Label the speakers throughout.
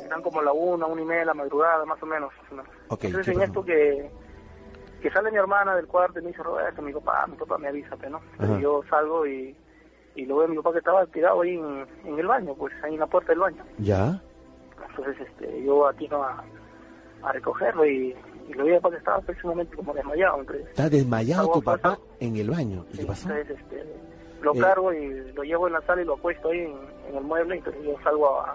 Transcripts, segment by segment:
Speaker 1: serán como la una, una y media de la madrugada, más o menos. ¿no?
Speaker 2: Ok,
Speaker 1: Entonces
Speaker 2: ¿qué
Speaker 1: en
Speaker 2: pasó?
Speaker 1: esto que, que sale mi hermana del cuarto y me dice, Roberto, mi papá, mi papá me avisa, pues, ¿no? Entonces
Speaker 2: Ajá.
Speaker 1: yo salgo y, y lo veo a mi papá que estaba tirado ahí en, en el baño, pues ahí en la puerta del baño.
Speaker 2: ¿Ya?
Speaker 1: Entonces este, yo atino a, a recogerlo y, y lo vi a papá que estaba pues, un momento como desmayado. Entonces,
Speaker 2: Está desmayado
Speaker 1: Algo
Speaker 2: tu papá
Speaker 1: pasó.
Speaker 2: en el baño. ¿Y qué pasó?
Speaker 1: entonces, este, lo
Speaker 2: Eh.
Speaker 1: cargo y lo llevo en la sala y lo apuesto ahí en, en el mueble. Entonces yo salgo a-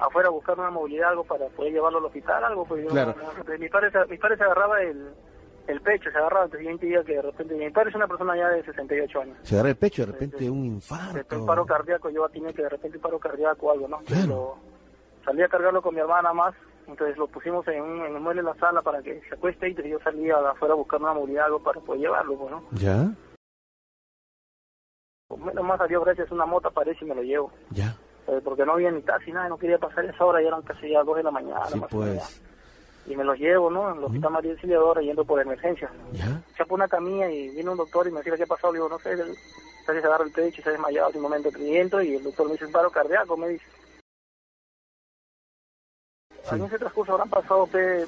Speaker 1: afuera a buscar una movilidad, algo para poder llevarlo al hospital, algo. Pues yo,
Speaker 2: Claro.
Speaker 1: no- no- mi, padre se, mi padre se agarraba el, el pecho, se agarraba. Entonces yo entendía que de repente mi padre es una persona ya de 68 años.
Speaker 2: Se agarra el pecho,
Speaker 1: Sí,
Speaker 2: de repente
Speaker 1: sí.
Speaker 2: un
Speaker 1: Después
Speaker 2: infarto.
Speaker 1: paro cardíaco, yo tenía que de repente paro cardíaco o algo, ¿no?
Speaker 2: Claro.
Speaker 1: Pero salí a cargarlo con mi hermana más, entonces lo pusimos en, un- en el mueble de la sala para que se acueste y yo salí afuera a buscar una movilidad, algo para poder llevarlo, pues, ¿no?
Speaker 2: ¿Ya?
Speaker 1: Menos Pues, más salió gracias una moto, aparece y me lo llevo.
Speaker 2: ¿Ya?
Speaker 1: Eh, porque no había ni taxi, nada, no quería pasar esa hora, ya eran casi ya dos de la mañana.
Speaker 2: Sí,
Speaker 1: más o menos,
Speaker 2: pues.
Speaker 1: ya. Y me los llevo, ¿no? En el hospital María Auxiliadora yendo por emergencia.
Speaker 2: ¿Ya?
Speaker 1: Se pone una camilla y viene un doctor y me dice, ¿qué ha pasado? Le digo, no sé, él- se agarra el pecho y se ha desmayado hace un momento cliente y el doctor me dice, un paro cardíaco, me dice.
Speaker 2: Sí.
Speaker 1: En ese transcurso habrán pasado pe,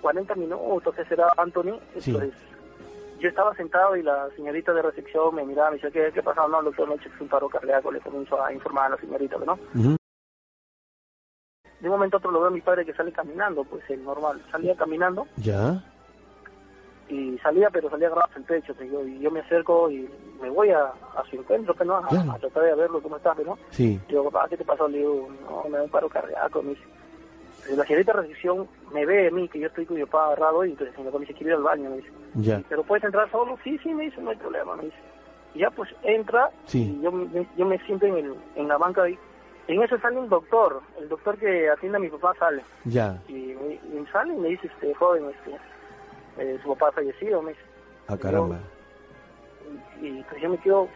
Speaker 1: 40 minutos, que será Anthony.
Speaker 2: Sí.
Speaker 1: Entonces, yo estaba sentado y la señorita de recepción me miraba y me decía, ¿qué, qué pasaba? No, el doctor, noche es un paro cardíaco, le comenzó a informar a la señorita, ¿no?
Speaker 2: Ujú.
Speaker 1: De un momento a otro lo veo a mi padre que sale caminando, pues el normal, salía caminando
Speaker 2: ¿Ya?
Speaker 1: y salía, pero salía grabado el pecho, pues, yo, y yo me acerco y me voy a, a su encuentro, pues, ¿no? A,
Speaker 2: Claro.
Speaker 1: a tratar de verlo, cómo está, pues, ¿no?
Speaker 2: Sí.
Speaker 1: Le digo, papá, ¿qué te pasó? Le digo, no, me da un paro cardíaco, me dice. Pero la señorita de recepción me ve a mí, que yo estoy con mi papá agarrado, y entonces me dice, quiero ir al baño, me dice.
Speaker 2: ¿Ya?
Speaker 1: ¿Pero puedes entrar solo? Sí, sí, me dice, no hay problema, me dice. Y ya pues entra
Speaker 2: Sí.
Speaker 1: y yo, me- yo me siento en, el, en la banca ahí. En eso sale un doctor, el doctor que atiende a mi papá sale.
Speaker 2: ¿Ya? Ah,
Speaker 1: Y, me- y sale y me dice, este joven, este, eh, su papá ha fallecido, me dice.
Speaker 2: Ah, caramba.
Speaker 1: Y, y, pues yo me quedo,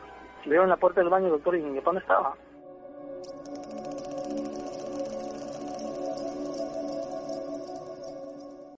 Speaker 1: veo en la puerta del baño el doctor y mi papá no estaba.